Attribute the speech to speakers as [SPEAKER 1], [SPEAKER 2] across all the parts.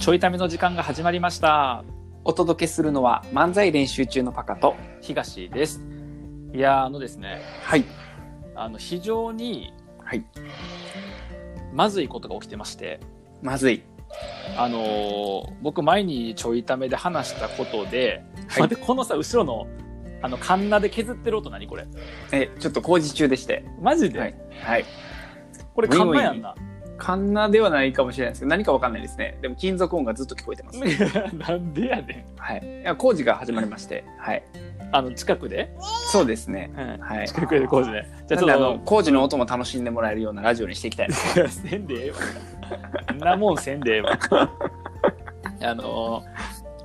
[SPEAKER 1] ちょいための時間が始まりました。
[SPEAKER 2] お届けするのは漫才練習中のパカと。
[SPEAKER 1] 東です。いやー、あのですね、
[SPEAKER 2] はい。
[SPEAKER 1] あの、非常に
[SPEAKER 2] はい。
[SPEAKER 1] まずいことが起きてまして、
[SPEAKER 2] まずい。
[SPEAKER 1] あのー僕前にちょいためで話したことで、
[SPEAKER 2] はい
[SPEAKER 1] 待ってこのさ、後ろの、あの、カンナで削ってる音何これ
[SPEAKER 2] え、ちょっと工事中でして。
[SPEAKER 1] マジで、
[SPEAKER 2] はい。はい。
[SPEAKER 1] これカンナやんな。
[SPEAKER 2] カンナではないかもしれないですけど、何かわかんないですね。でも金属音がずっと聞こえてます。
[SPEAKER 1] なん でやね
[SPEAKER 2] はい。いや工事が始まりまして。はい。
[SPEAKER 1] ん。あの、近くで、
[SPEAKER 2] そうですね。はい。
[SPEAKER 1] 近くで工事ね。じゃあち
[SPEAKER 2] なん
[SPEAKER 1] ょっ
[SPEAKER 2] で
[SPEAKER 1] と
[SPEAKER 2] あの、工事の音も楽しんでもらえるようなラジオにしていきたいです。
[SPEAKER 1] いやせんでええわ。そんなもんせんでええわ。あの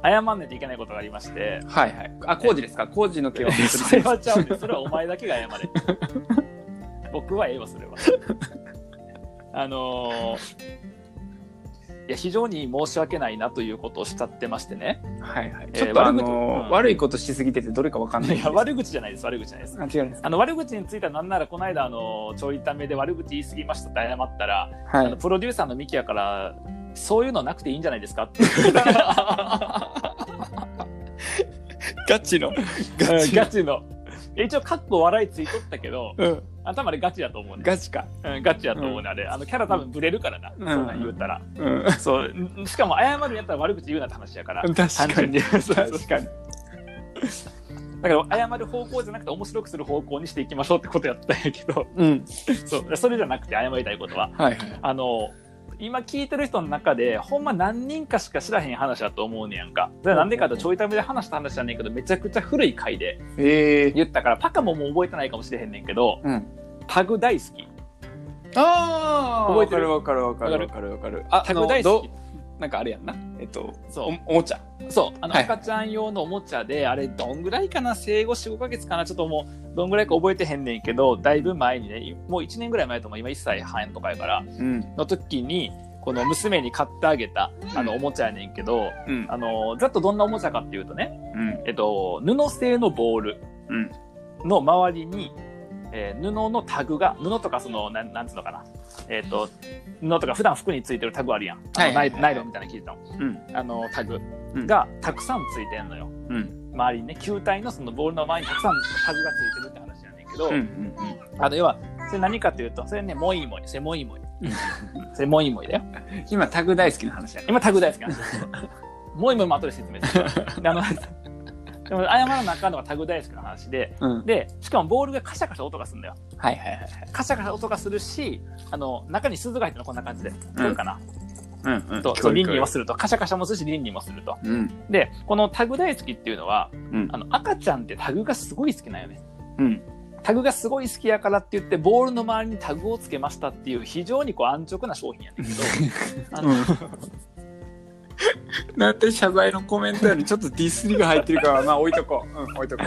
[SPEAKER 1] 謝んないといけないことがありまして。
[SPEAKER 2] はいはい。あ、工事ですか工事の件は。
[SPEAKER 1] それはちゃうんで、それはお前だけが謝れ。僕はええわ、それは。あのいや非常に申し訳ないなということを慕ってましてね。
[SPEAKER 2] はいはい。
[SPEAKER 1] えー
[SPEAKER 2] ちょっとあの
[SPEAKER 1] 悪いことうん
[SPEAKER 2] 悪いことしすぎててどれかわかんない
[SPEAKER 1] いや、悪口じゃないです、悪口じゃないです。
[SPEAKER 2] あ、違うんですか
[SPEAKER 1] あの悪口についてはなんならこの間あのちょいためで悪口言い過ぎましたって謝ったら、
[SPEAKER 2] は
[SPEAKER 1] あの
[SPEAKER 2] い。
[SPEAKER 1] プロデューサーのミキやからそういうのなくていいんじゃないですか って
[SPEAKER 2] ガチの。
[SPEAKER 1] うんガチの。一応、カッコ笑いついとったけど、
[SPEAKER 2] うん。
[SPEAKER 1] 頭でガチやと思うね。
[SPEAKER 2] ガチか。
[SPEAKER 1] うんガチやと思うね、あれ。あの、キャラ多分ブレるからな。
[SPEAKER 2] うん
[SPEAKER 1] そんなん言うたら。
[SPEAKER 2] うん。
[SPEAKER 1] そう。んしかも、謝るんやったら悪口言うなって話やから。
[SPEAKER 2] 確かに。
[SPEAKER 1] に。そうそう
[SPEAKER 2] 確かに。
[SPEAKER 1] だから、謝る方向じゃなくて、面白くする方向にしていきましょうってことやったんやけど、
[SPEAKER 2] うん。
[SPEAKER 1] そう。それじゃなくて、謝りたいことは。
[SPEAKER 2] はいはい。
[SPEAKER 1] あの、今聞いてる人の中で、ほんま何人かしか知らへん話だと思うねやんか。だからなんでかと、ちょいためで話した話じゃねんけど、めちゃくちゃ古い回で
[SPEAKER 2] ええ。
[SPEAKER 1] 言ったから、パカももう覚えてないかもしれへんねんけど、
[SPEAKER 2] うん。
[SPEAKER 1] タグ大好き。
[SPEAKER 2] ああ
[SPEAKER 1] 覚えてる
[SPEAKER 2] わかるわかるわかるわかるわかる。あ、
[SPEAKER 1] タグ大好き
[SPEAKER 2] き。。なんかあれやんな。えっと、
[SPEAKER 1] そ
[SPEAKER 2] お
[SPEAKER 1] う。
[SPEAKER 2] おもちゃ。
[SPEAKER 1] そう。あの、
[SPEAKER 2] はい
[SPEAKER 1] 赤ちゃん用のおもちゃで、あれ、どんぐらいかな生後4、5ヶ月かなちょっともう、どんぐらいか覚えてへんねんけど、だいぶ前にね、いもう1年ぐらい前とも、今1歳半とかやから、
[SPEAKER 2] うん。
[SPEAKER 1] の時に、この娘に買ってあげた、あの、おもちゃやねんけど、
[SPEAKER 2] うん。
[SPEAKER 1] あの、ざっとどんなおもちゃかっていうとね、
[SPEAKER 2] うん。
[SPEAKER 1] えっと、布製のボール
[SPEAKER 2] うん。
[SPEAKER 1] の周りに、えー布のタグが、布とかその、なんなんつうのかな、えっと、布とか普段服についてるタグあるやん。あの
[SPEAKER 2] はいは
[SPEAKER 1] ナ
[SPEAKER 2] い
[SPEAKER 1] イ
[SPEAKER 2] はい
[SPEAKER 1] ナイロンみたいなの聞いたの。
[SPEAKER 2] うん。
[SPEAKER 1] あのタグ
[SPEAKER 2] うん
[SPEAKER 1] がたくさんついてんのよ、
[SPEAKER 2] うん。
[SPEAKER 1] 周りにね球体のそのボールの周りにたくさんタグがついてるって話やねんけど、
[SPEAKER 2] うん。
[SPEAKER 1] あの要はそれ何かというとそれねモイモイそれモ イモイそれモイモイだよ
[SPEAKER 2] 今、タグ大好きな話やね。
[SPEAKER 1] 今タグ大好きなんです よモイモイも後で説明するであのでも謝らなあかんのがタグ大好きの話で
[SPEAKER 2] うん。はい
[SPEAKER 1] でしかもボールがカシャカシャ音がするんだよ
[SPEAKER 2] はいはい。
[SPEAKER 1] カシャカシャ音がするしあの中に鈴が入ってるのこんな感じで聞こえるかな、
[SPEAKER 2] うん。うん
[SPEAKER 1] と
[SPEAKER 2] 聞
[SPEAKER 1] そ
[SPEAKER 2] こ
[SPEAKER 1] う
[SPEAKER 2] え
[SPEAKER 1] リ
[SPEAKER 2] る
[SPEAKER 1] ンリンはするとカシャカシャもするしリンリンもすると
[SPEAKER 2] うん。
[SPEAKER 1] でこのタグ大好きっていうのは
[SPEAKER 2] うん
[SPEAKER 1] あ。の赤ちゃんってタグがすごい好きなんよね
[SPEAKER 2] うん。
[SPEAKER 1] タグがすごい好きやからって言ってボールの周りにタグをつけましたっていう非常にこう安直な商品やねんけどあの、
[SPEAKER 2] なんて謝罪のコメントよりちょっとディスりが入ってるから、まあ置いとこう。うん、置いとこ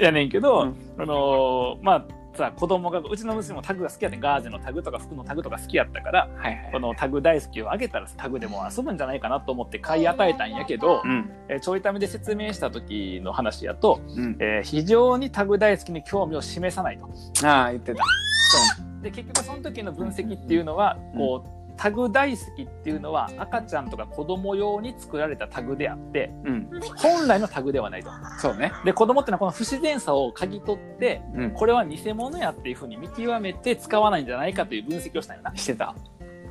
[SPEAKER 1] やねんけど、
[SPEAKER 2] うん
[SPEAKER 1] あのーまあさ子供がうちの娘もタグが好きやねんガーゼのタグとか服のタグとか好きやったから
[SPEAKER 2] う。はいはい
[SPEAKER 1] このタグ大好きをあげたらタグでも遊ぶんじゃないかなと思って買い与えたんやけど、
[SPEAKER 2] うん。
[SPEAKER 1] えーちょいためで説明した時の話やと、
[SPEAKER 2] うん。
[SPEAKER 1] えー非常にタグ大好きに興味を示さないと。
[SPEAKER 2] ああ、言ってた。
[SPEAKER 1] で結局その時の分析っていうのは、
[SPEAKER 2] うん
[SPEAKER 1] こうタグ大好きっていうのは赤ちゃんとか子供用に作られたタグであって
[SPEAKER 2] うん。
[SPEAKER 1] 本来のタグではないと
[SPEAKER 2] そうね。
[SPEAKER 1] で子供ってのはこの不自然さを嗅ぎ取って
[SPEAKER 2] うん。
[SPEAKER 1] これは偽物やっていうふうに見極めて使わないんじゃないかという分析をしたんやな
[SPEAKER 2] してた。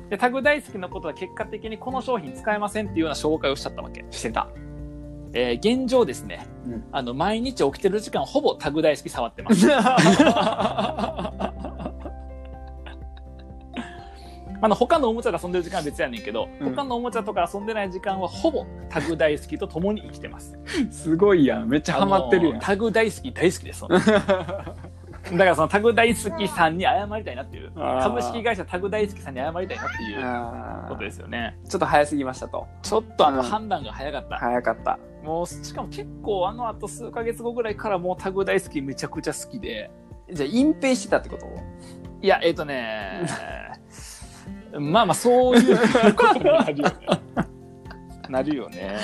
[SPEAKER 1] でタグ大好きのことは結果的にこの商品使えませんっていうような紹介をしちゃったわけ、
[SPEAKER 2] してた。
[SPEAKER 1] えー現状ですね
[SPEAKER 2] うん。
[SPEAKER 1] あの毎日起きてる時間ほぼタグ大好き触ってます あの他のおもちゃで遊んでる時間は別やねんけど、
[SPEAKER 2] うん
[SPEAKER 1] 他のおもちゃとか遊んでない時間はほぼタグ大好きと共に生きてます。
[SPEAKER 2] すごいやん。めっちゃハマってるや
[SPEAKER 1] あ
[SPEAKER 2] ん
[SPEAKER 1] の。タグ大好き大好きです。そん なだからそのタグ大好きさんに謝りたいなっていう
[SPEAKER 2] あー
[SPEAKER 1] 株式会社タグ大好きさんに謝りたいなっていう
[SPEAKER 2] あ
[SPEAKER 1] こと
[SPEAKER 2] ー
[SPEAKER 1] ですよね。
[SPEAKER 2] ちょっと早すぎましたと。
[SPEAKER 1] ちょっとあの
[SPEAKER 2] うん
[SPEAKER 1] 判断が早かった。
[SPEAKER 2] 早かった。
[SPEAKER 1] もうしかも結構あの後数ヶ月後ぐらいからもうタグ大好きめちゃくちゃ好きで。
[SPEAKER 2] じゃあ隠蔽してたってこと
[SPEAKER 1] いや、えっ、とね、 まあまあ、そういうことになるよね。なるよね。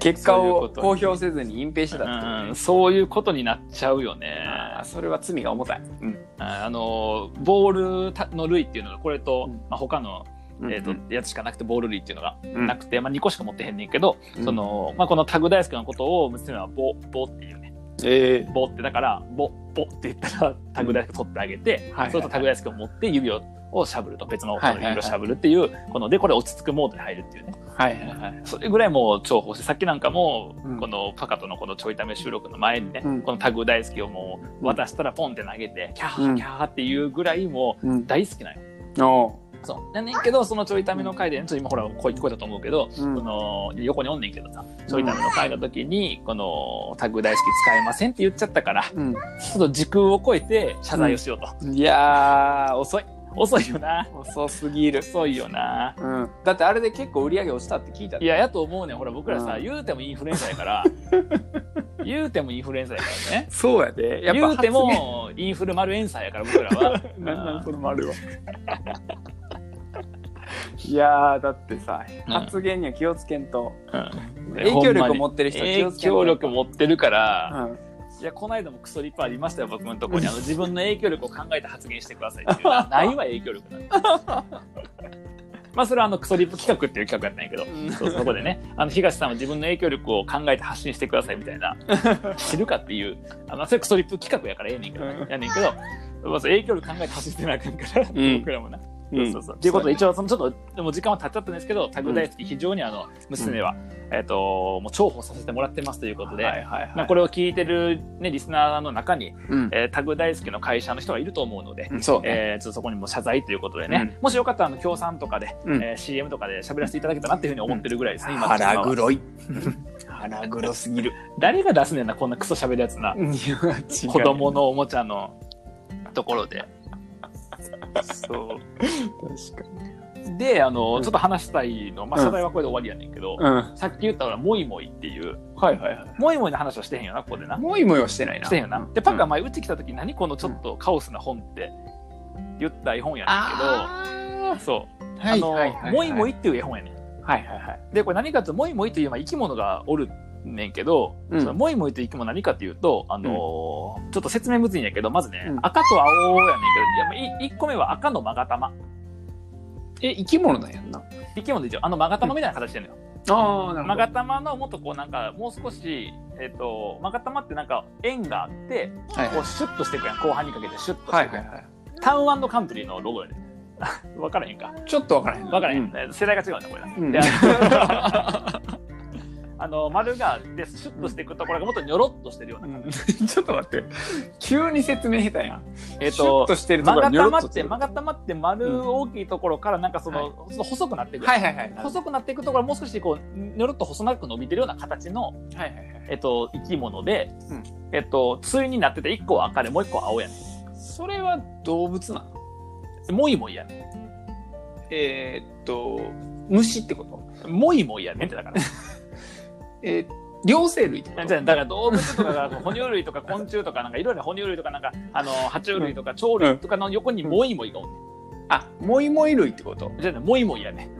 [SPEAKER 2] 結果
[SPEAKER 1] そういうこ
[SPEAKER 2] を
[SPEAKER 1] と
[SPEAKER 2] 公表せずに隠蔽してたってこと
[SPEAKER 1] う
[SPEAKER 2] ね
[SPEAKER 1] ん、。そういうことになっちゃうよね。
[SPEAKER 2] あーそれは罪が重たい。うん。
[SPEAKER 1] あの、ボールの類っていうのが、これと、
[SPEAKER 2] うん
[SPEAKER 1] まあ、他のえー、とやつしかなくてボール類っていうのが
[SPEAKER 2] うん
[SPEAKER 1] なくて、まあ、2個しか持ってへんねんけど、そ、のまあ、このタグ大好きなことを娘はボ「ボ」っていうね
[SPEAKER 2] うんえ
[SPEAKER 1] 「ボ」ってだから「ボ」「ボ」って言ったらタグ大好きを取ってあげて、
[SPEAKER 2] はいはいはい
[SPEAKER 1] そうするとタグ大好きを持って指を。をしゃぶると別の指をしゃぶるっていう、このでこれ落ち着くモードに入るっていうね
[SPEAKER 2] ー、はいはいはい。
[SPEAKER 1] それぐらいもう重宝してさっきなんかも
[SPEAKER 2] うん
[SPEAKER 1] このパカとのこのちょいため収録の前にね、
[SPEAKER 2] うん
[SPEAKER 1] このタグ大好きをもう渡したらポンって投げてキャーキャーっていうぐらいも
[SPEAKER 2] うん
[SPEAKER 1] う、大好きなんよ
[SPEAKER 2] お
[SPEAKER 1] そうなんねんけどそのちょいための回でねちょっと今ほら声聞こえたと思うけど、
[SPEAKER 2] うん
[SPEAKER 1] その横におんねんけどさちょいための回の時にこのタグ大好き使えませんって言っちゃったからち
[SPEAKER 2] う
[SPEAKER 1] ょっと時空を超えて謝罪をしようと、
[SPEAKER 2] ん、いやー、遅い。
[SPEAKER 1] 遅いよな
[SPEAKER 2] 遅すぎる。
[SPEAKER 1] 遅いよな
[SPEAKER 2] うん、だってあれで結構売り上げ落ちたって聞いた
[SPEAKER 1] いややと思うねんほら僕らさ、
[SPEAKER 2] うん
[SPEAKER 1] 言うてもインフルエンサーやから 言うてもインフルエンサーやからね
[SPEAKER 2] そうやでやっぱ
[SPEAKER 1] 言うてもインフルマルエンサーやから僕らは
[SPEAKER 2] 発言 なんなんこの丸は いやーだってさ
[SPEAKER 1] うん
[SPEAKER 2] 発言には気をつけんと、
[SPEAKER 1] うん
[SPEAKER 2] 影響力を持
[SPEAKER 1] っ
[SPEAKER 2] ってる人は気を
[SPEAKER 1] 影
[SPEAKER 2] つけんと
[SPEAKER 1] 響力持ってるから、
[SPEAKER 2] うん
[SPEAKER 1] いや、この間もクソリップありましたよ、僕のところに。あの、自分の影響力を考えて発言してください っていうのは。ないわ、影響力なんてまあ、それはあの、クソリップ企画っていう企画やったんやけど、
[SPEAKER 2] うん
[SPEAKER 1] そうそこでね、あの、東さんは自分の影響力を考えて発信してくださいみたい な、知るかっていう、あの、それクソリップ企画やからええねんけどね
[SPEAKER 2] う、ん
[SPEAKER 1] やねんけど、まあ、それ影響力考えて発信してなあかんから、
[SPEAKER 2] ん
[SPEAKER 1] 僕らもな。
[SPEAKER 2] う
[SPEAKER 1] そうそう。ということで、一応、そのちょっと、でも時間は経っちゃったんですけど、タグ大好き、非常にあの、娘は、えっと、もう重宝させてもらってますということで、
[SPEAKER 2] はいはいはい
[SPEAKER 1] まあ、これを聞いてる、ね、リスナーの中に、
[SPEAKER 2] うん
[SPEAKER 1] えータグ大好きの会社の人がいると思うので、
[SPEAKER 2] そうね、
[SPEAKER 1] えーちょっとそこにも謝罪ということでね、
[SPEAKER 2] う
[SPEAKER 1] もしよかったらあの協賛とかで、
[SPEAKER 2] うん
[SPEAKER 1] えー CM とかで喋らせていただけたなっていうふうに思ってるぐらいですね、今
[SPEAKER 2] 腹黒い腹黒す ぎる
[SPEAKER 1] 誰が出すねんなこんなクソ喋るやつな
[SPEAKER 2] 子
[SPEAKER 1] 子供のおもちゃのところで。そう
[SPEAKER 2] 確かに
[SPEAKER 1] であ
[SPEAKER 2] う
[SPEAKER 1] の
[SPEAKER 2] ん
[SPEAKER 1] ちょっと話したいの、まあ、
[SPEAKER 2] うん
[SPEAKER 1] 謝罪はこれで終わりやねんけど、
[SPEAKER 2] うん
[SPEAKER 1] さっき言ったほらモイモイっていう
[SPEAKER 2] はいはいは
[SPEAKER 1] モイモイの話はしてへんよなここでない
[SPEAKER 2] もいもいはしてないな
[SPEAKER 1] してんよな。で、パックは前、うち来た時、何このちょっとカオスな本って言った絵本やねん
[SPEAKER 2] あ
[SPEAKER 1] けど、そう。
[SPEAKER 2] ーは
[SPEAKER 1] あ
[SPEAKER 2] い
[SPEAKER 1] の
[SPEAKER 2] はいはいは、い
[SPEAKER 1] モイモイっていう絵本やねん。
[SPEAKER 2] はいはいはい
[SPEAKER 1] で、これ何かというと、モイモイというまあ生き物がおるねんけど、
[SPEAKER 2] うん
[SPEAKER 1] そのモイモイという生き物は何かというと、あのーちょっと説明むずいんやけど、まずね、
[SPEAKER 2] うん
[SPEAKER 1] 赤と青やねんけど、いやまあい、1個目は赤の勾玉。
[SPEAKER 2] え生き物なんやんな
[SPEAKER 1] 生き物で一応、あの勾玉みたいな形してるのよ。
[SPEAKER 2] ああな
[SPEAKER 1] 勾玉のもっとこう、なんか、もう少し、えっ、と、勾玉ってなんか円があって、
[SPEAKER 2] はい
[SPEAKER 1] こうシュッとしていくやん。後半にかけてシュッとしていく
[SPEAKER 2] は
[SPEAKER 1] やん
[SPEAKER 2] いはいはい
[SPEAKER 1] タウンカントリーのロゴやで。分からへん か。
[SPEAKER 2] ちょっとわからへん
[SPEAKER 1] 分からへん。
[SPEAKER 2] う
[SPEAKER 1] 世代が違うんだ、これな。
[SPEAKER 2] うん
[SPEAKER 1] であの あの、丸があって、シュッとしていくところがもっとニョロっとしてるような。
[SPEAKER 2] うん ちょっと待って急に説明下手やん
[SPEAKER 1] えっ、
[SPEAKER 2] シュッ
[SPEAKER 1] と
[SPEAKER 2] と、してると
[SPEAKER 1] 曲
[SPEAKER 2] ころ
[SPEAKER 1] が
[SPEAKER 2] にょろ
[SPEAKER 1] たま
[SPEAKER 2] っと
[SPEAKER 1] って、
[SPEAKER 2] してる
[SPEAKER 1] 曲がたまって丸大きいところから、なんかその、その細くなっていく。
[SPEAKER 2] はいはいはい
[SPEAKER 1] 細くなっていくところもう少しこうニョロっと細長く伸びてるような形の、
[SPEAKER 2] はいはいはい
[SPEAKER 1] えっと、生き物で、
[SPEAKER 2] うん
[SPEAKER 1] えっと、対になってて1個は赤でもう1個は青やね
[SPEAKER 2] それは動物な
[SPEAKER 1] ん
[SPEAKER 2] の
[SPEAKER 1] モイモイやね
[SPEAKER 2] えーっと虫ってこと
[SPEAKER 1] んモイモイやねんってだから
[SPEAKER 2] えー両生類ってこ
[SPEAKER 1] じゃあ
[SPEAKER 2] と
[SPEAKER 1] だから動物とかが哺乳類とか昆虫とかなんかいろいろ哺乳類とかなんかあの爬虫類とか鳥類とかの横にモイモイがおんね
[SPEAKER 2] あモイモイ類ってこと
[SPEAKER 1] んじゃあねモイモイやね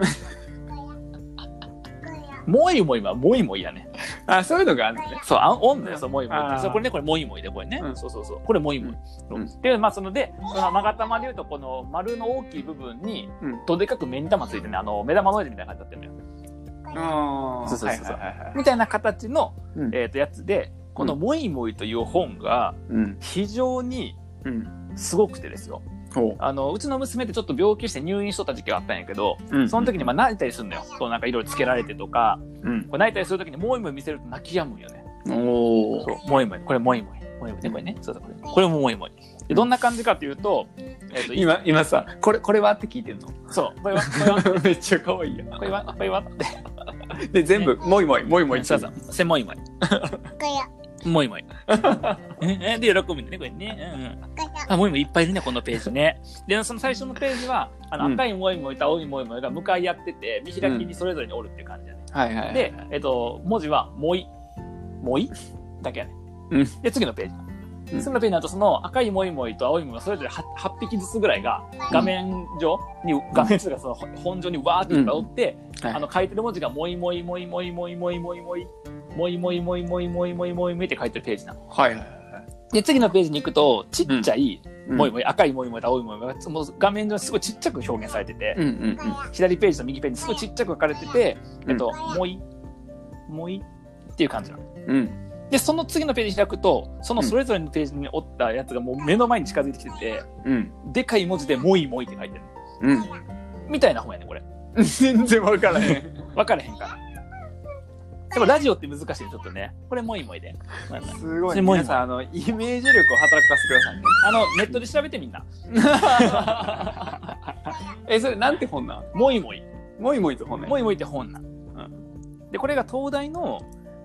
[SPEAKER 1] モイモイはモイモイやね
[SPEAKER 2] あそういうのがあるのね
[SPEAKER 1] そうあおんねんそうモイモイ
[SPEAKER 2] あー
[SPEAKER 1] そうこれねこれモイモイでこれね、
[SPEAKER 2] うん
[SPEAKER 1] そうそうそうこれモイモイ、
[SPEAKER 2] うん
[SPEAKER 1] そうでまあそのでその勾玉でいうとこの丸の大きい部分に
[SPEAKER 2] うん
[SPEAKER 1] どでかく目に玉ついてねあの目玉ノイズみたいな感じになってるのよ
[SPEAKER 2] あ
[SPEAKER 1] そうそうそうそう
[SPEAKER 2] はいはいはいはい
[SPEAKER 1] みたいな形の、
[SPEAKER 2] うん
[SPEAKER 1] えー、とやつでこの「モイモイ」という本が
[SPEAKER 2] うん
[SPEAKER 1] 非常に
[SPEAKER 2] うん
[SPEAKER 1] すごくてですよ
[SPEAKER 2] ほ
[SPEAKER 1] あのうちの娘ってちょっと病気して入院しとった時期があったんやけど
[SPEAKER 2] う
[SPEAKER 1] その時にまあ泣いたりするんだよこうなんかいろいろつけられてとか
[SPEAKER 2] うん
[SPEAKER 1] こう泣いたりする時にもいもい見せると泣き止むんよね
[SPEAKER 2] おお
[SPEAKER 1] そうもいもいこれもいもいもいもいねこれねそうそうこれこれももいもいでどんな感じかというと,、えっと
[SPEAKER 2] 今今さこれこれはって聞いてんの
[SPEAKER 1] そうこれはこれは
[SPEAKER 2] めっちゃ可愛いや
[SPEAKER 1] これはこれはって
[SPEAKER 2] んで全部モイモイモイモイ
[SPEAKER 1] そうそうせもいもいもいもい えで喜ぶんだねこれねうんうんあ、もいもいいっぱいいるね、このページ ね。で、その最初のページは、あ
[SPEAKER 2] う
[SPEAKER 1] の
[SPEAKER 2] ん
[SPEAKER 1] 赤いもいもいと青いもいもいが向かい合ってて、見開きにそれぞれにおるっていう感じだね。
[SPEAKER 2] はいはいはい
[SPEAKER 1] で、えっと、文字は、もい、もいだけやね。
[SPEAKER 2] うん
[SPEAKER 1] で、次のページ。
[SPEAKER 2] うん
[SPEAKER 1] 次のページになると、その赤いもいもいと青いもいがそれぞれ 8, 8匹ずつぐらいが画面上に、画面上がその本上にわーっていっぱいおって、
[SPEAKER 2] はい
[SPEAKER 1] あの書いてる文字がもいもいもいもいもいもいもいもいもいもいもいもいもいもいもいもいもいもいもいって書いてるページなの。
[SPEAKER 2] はいはいはい
[SPEAKER 1] で、次のページに行くと、ちっちゃい、
[SPEAKER 2] うん
[SPEAKER 1] もいもい、赤いもいもいと青いもいもいが、もう画面がすごいちっちゃく表現されてて、
[SPEAKER 2] うんうん
[SPEAKER 1] 左ページと右ページにすごいちっちゃく分かれてて、
[SPEAKER 2] うん
[SPEAKER 1] えっと、もい、もいっていう感じなの。
[SPEAKER 2] うんうん
[SPEAKER 1] で、その次のページ開くと、そのそれぞれのページにおったやつがもう目の前に近づいてきてて、
[SPEAKER 2] うん
[SPEAKER 1] でかい文字でもいもいって書いてる。
[SPEAKER 2] うん
[SPEAKER 1] みたいな本やね、これ。
[SPEAKER 2] うん 全然わからへん
[SPEAKER 1] 分からへんから。でもラジオって難しいね、ちょっとね。これもいもいで。まあまあ
[SPEAKER 2] すごい、
[SPEAKER 1] ね
[SPEAKER 2] 皆さんあのイメージ力を働かせてくださいね
[SPEAKER 1] あの、ネットで調べてみん な。
[SPEAKER 2] えそれなんて本なん
[SPEAKER 1] もいもい。
[SPEAKER 2] もいもいと本ね
[SPEAKER 1] もいもいって本なん。
[SPEAKER 2] う
[SPEAKER 1] で、これが東大の、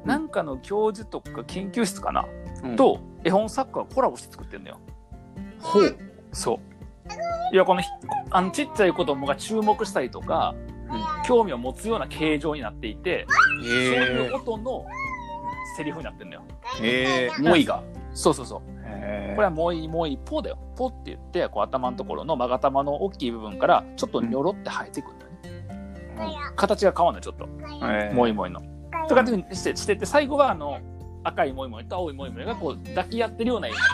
[SPEAKER 1] なんかの教授とか研究室かな、
[SPEAKER 2] うん
[SPEAKER 1] と絵本作家がコラボして作ってるのよ。
[SPEAKER 2] ほう
[SPEAKER 1] そう。いや、このひあのちっちゃい子供が注目したりとか、興味を持つような形状になっていて、
[SPEAKER 2] へ
[SPEAKER 1] そう
[SPEAKER 2] え
[SPEAKER 1] いう音のセリフになってるのよ。
[SPEAKER 2] へえもいが
[SPEAKER 1] そうそうそう。
[SPEAKER 2] へ
[SPEAKER 1] これはもういいもういいポーだよポーって言ってこう頭のところの勾玉の大きい部分からちょっとニョロって生えてくるんだよね、形が変わるのよちょっと、
[SPEAKER 2] え
[SPEAKER 1] も
[SPEAKER 2] い
[SPEAKER 1] いもいのとかっていうふうにしてしてって最後はあの赤いもいもいと青いもいもいがこう抱き合ってるような絵になっ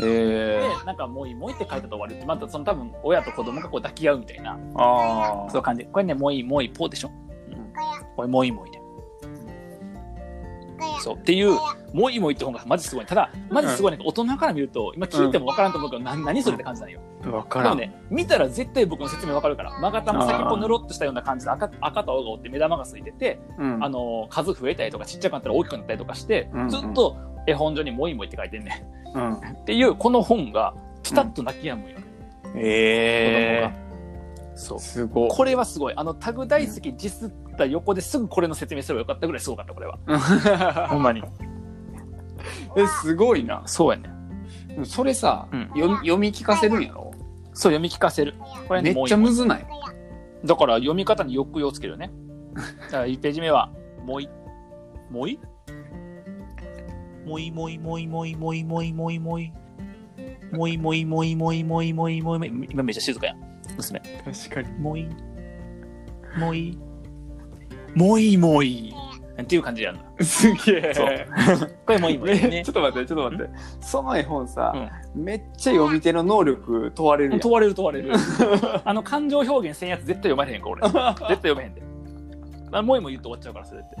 [SPEAKER 1] て
[SPEAKER 2] へえ
[SPEAKER 1] でなんかもいもいって書いたと終わりってまたその多分親と子供がこう抱き合うみたいな
[SPEAKER 2] あ
[SPEAKER 1] そういう感じこれねもいもいポーでしょ、うん、これもいもいでそうっていうもいもいって本がマジすごいただマジすごいね、大人から見ると今聞いても分からんと思うけど、な何それって感じなんよ
[SPEAKER 2] あわか
[SPEAKER 1] で
[SPEAKER 2] ら
[SPEAKER 1] も
[SPEAKER 2] ん
[SPEAKER 1] ね、見たら絶対僕の説明わかるから、マガタも先っぽぬろっとしたような感じで赤赤と青がおって目玉がついてて、
[SPEAKER 2] うん
[SPEAKER 1] あのー数増えたりとかちっちゃくなったり大きくなったりとかして、
[SPEAKER 2] うんうん
[SPEAKER 1] ずっと絵本上にもいもいって書いてんね
[SPEAKER 2] うん
[SPEAKER 1] ん。っていう、この本がピタッと泣き止むよ、
[SPEAKER 2] へえ
[SPEAKER 1] そう。
[SPEAKER 2] すごい
[SPEAKER 1] これはすごい。あの、タグ大好きディスった横ですぐこれの説明すればよかったぐらいすごかった、これは。 ほんまに。
[SPEAKER 2] えすごいな
[SPEAKER 1] そうやね。
[SPEAKER 2] それさ、
[SPEAKER 1] うん
[SPEAKER 2] 読み読み聞かせるんやろ
[SPEAKER 1] そう、読み聞かせる。これ
[SPEAKER 2] め
[SPEAKER 1] ね、
[SPEAKER 2] っ
[SPEAKER 1] もい
[SPEAKER 2] ちゃ
[SPEAKER 1] もい
[SPEAKER 2] むずない
[SPEAKER 1] だから読み方に抑揚をつけるよ ね。だから1ページ目は、もい、もいもいもいもいもいもいもいもいもい。もいもいもいもいもいもいもいもい。今めっちゃ静かやん。娘。
[SPEAKER 2] 確かに
[SPEAKER 1] もい。もい。もいもい。っていう感じでやるの。
[SPEAKER 2] すげ
[SPEAKER 1] そう
[SPEAKER 2] え
[SPEAKER 1] これもいいもい
[SPEAKER 2] め
[SPEAKER 1] ね
[SPEAKER 2] ちょ。っと待ってちょっと待ってその絵本さ、
[SPEAKER 1] う
[SPEAKER 2] めっちゃ読み手の能力問われるやん
[SPEAKER 1] 問われる問われる。あの感情表現せんやつ絶対読まれへんか 俺。絶対読めへんで。あもうも言って終わっちゃうからそれって。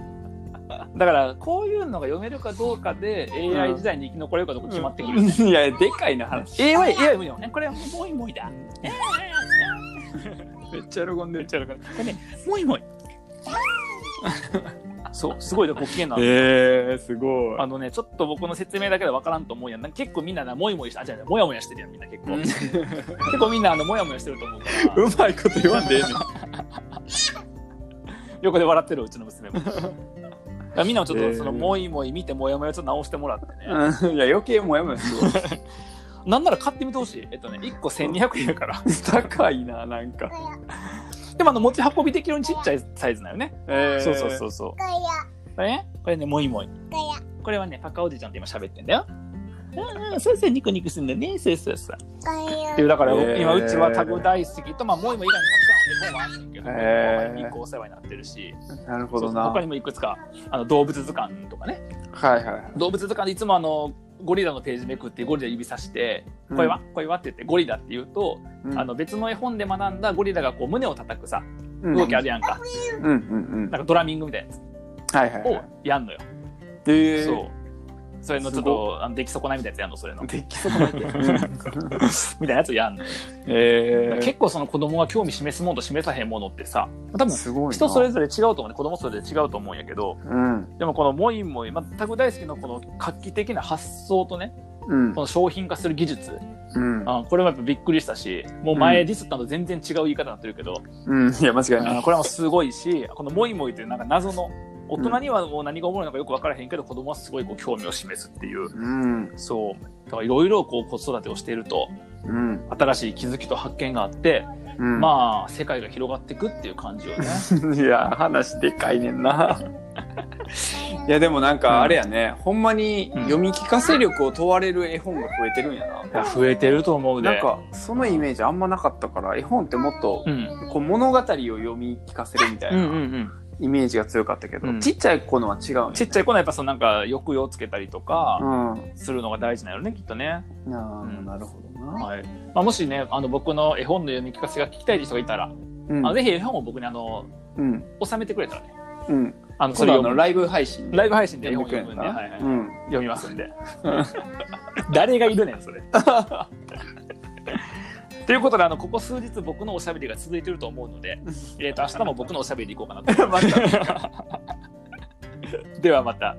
[SPEAKER 1] だからこういうのが読めるかどうかで AI 時代に生き残れるかどうか決まってくる。
[SPEAKER 2] いやでかいな話
[SPEAKER 1] AI、AI 無理よ。えこれはもいもいだ。
[SPEAKER 2] めっちゃ喜んでる
[SPEAKER 1] これね、もいもい。 そう、すごいでご機嫌な。
[SPEAKER 2] えー、すご
[SPEAKER 1] あのね、ちょっと僕の説明だけで分からんと思うやん。なんか結構みんなな、もいもいして、あ、じゃあ、もやもやしてるやん、みんな結構。結構みんな、あの、もやもやしてると思うから。
[SPEAKER 2] うまいこと言わんでええねん
[SPEAKER 1] 横で笑ってるうちの 娘も。だからみんなもちょっ
[SPEAKER 2] え
[SPEAKER 1] と
[SPEAKER 2] ー
[SPEAKER 1] そのもいもい見てもやもやちょっと直してもらってね。
[SPEAKER 2] うんいや余計もやもやすごい
[SPEAKER 1] なんなら買ってみてほしい。えっとね、1個1200円やから。
[SPEAKER 2] 高いななんか、
[SPEAKER 1] でもあの持ち運びできるようにちっちゃいサイズなのね。
[SPEAKER 2] え
[SPEAKER 1] そうそうそううそう。これね、これね、もいもい。これはね、パカおじちゃんって今喋ってんだよ。うんうん、そうそう、ニクニクすんだね。そうそうそう。っていう、だから、
[SPEAKER 2] えー
[SPEAKER 1] 今うちはタグ大好きと、まあ、もいもい以外にたくさんある本はあるんだけど、
[SPEAKER 2] えー
[SPEAKER 1] 1個お世話になってるし、
[SPEAKER 2] なるほ
[SPEAKER 1] そうそ
[SPEAKER 2] ど
[SPEAKER 1] う
[SPEAKER 2] な
[SPEAKER 1] 他にもいくつか、あの動物図鑑とかね。
[SPEAKER 2] はいはい
[SPEAKER 1] 動物図鑑でいつもあのゴリラのページめくってゴリラ指さして「これはこれは?」って言ってゴリラって言うと、
[SPEAKER 2] うん
[SPEAKER 1] あの別の絵本で学んだゴリラがこう胸を叩くさ
[SPEAKER 2] うん
[SPEAKER 1] 動きあるやんか、
[SPEAKER 2] うんうんうん
[SPEAKER 1] なんかドラミングみたいなやつ
[SPEAKER 2] はいはいは
[SPEAKER 1] を
[SPEAKER 2] い
[SPEAKER 1] やんのよ、
[SPEAKER 2] えー
[SPEAKER 1] そうそれのちょっ
[SPEAKER 2] すご
[SPEAKER 1] とあの出来損ないみたいなやつやんの それのみ
[SPEAKER 2] できそうなうん
[SPEAKER 1] たいなやつやんの、
[SPEAKER 2] えー、
[SPEAKER 1] 結構その子供が興味示すものと示さへんものってさ多分
[SPEAKER 2] すごいな
[SPEAKER 1] 人それぞれ違うと思うね子供それぞれ違うと思うんやけど
[SPEAKER 2] うん
[SPEAKER 1] でもこのモインモイ全く大好きのこの画期的な発想とね
[SPEAKER 2] うん
[SPEAKER 1] この商品化する技術
[SPEAKER 2] うん
[SPEAKER 1] あこれもやっぱびっくりしたしもう前ディスったのと全然違う言い方になってるけど、
[SPEAKER 2] うんいや間違いない
[SPEAKER 1] あこれもすごいしこの「モイモイ」というなんか謎の大人にはもう何がおもろいのかよく分からへんけど子供はすごいこう興味を示すっていう
[SPEAKER 2] うん
[SPEAKER 1] そうだからいろいろこう子育てをしていると
[SPEAKER 2] うん
[SPEAKER 1] 新しい気づきと発見があって、
[SPEAKER 2] うん
[SPEAKER 1] まあ世界が広がっていくっていう感じよね
[SPEAKER 2] いや話でかいね んないやでもなんかあれやね、ほんまに読み聞かせ力を問われる絵本が増えてるんやな、
[SPEAKER 1] いや増えてると思うで
[SPEAKER 2] なんかそのイメージあんまなかったから絵本ってもっと
[SPEAKER 1] うん、
[SPEAKER 2] こう物語を読み聞かせるみたい
[SPEAKER 1] うんうん
[SPEAKER 2] な
[SPEAKER 1] うん
[SPEAKER 2] イメージが強かったけど、
[SPEAKER 1] うん
[SPEAKER 2] ちっちゃい子のは違うね
[SPEAKER 1] ちっちゃい子のやっぱそのなんか抑揚つけたりと
[SPEAKER 2] う
[SPEAKER 1] か
[SPEAKER 2] ん
[SPEAKER 1] するのが大事なよねきっとね、
[SPEAKER 2] あー
[SPEAKER 1] うん
[SPEAKER 2] なるほどな、
[SPEAKER 1] はいまあ、もしねあの僕の絵本の読み聞かせが聞きたいって人がいたら、
[SPEAKER 2] うん
[SPEAKER 1] あのぜひ絵本を僕にあの
[SPEAKER 2] うん
[SPEAKER 1] 収めてくれたらね
[SPEAKER 2] うん
[SPEAKER 1] あのそ
[SPEAKER 2] 今
[SPEAKER 1] れ
[SPEAKER 2] 度
[SPEAKER 1] 読
[SPEAKER 2] あの
[SPEAKER 1] むライ
[SPEAKER 2] ライブ配信
[SPEAKER 1] ブ配信で絵本読むんで、
[SPEAKER 2] や
[SPEAKER 1] はい
[SPEAKER 2] ってく
[SPEAKER 1] はい
[SPEAKER 2] れるんだなうん
[SPEAKER 1] 読みますんで誰がいるねん それということであのここ数日僕のおしゃべりが続いてると思うので、 えー、と明日も僕のおしゃべりでいこうかなと思いますではまた。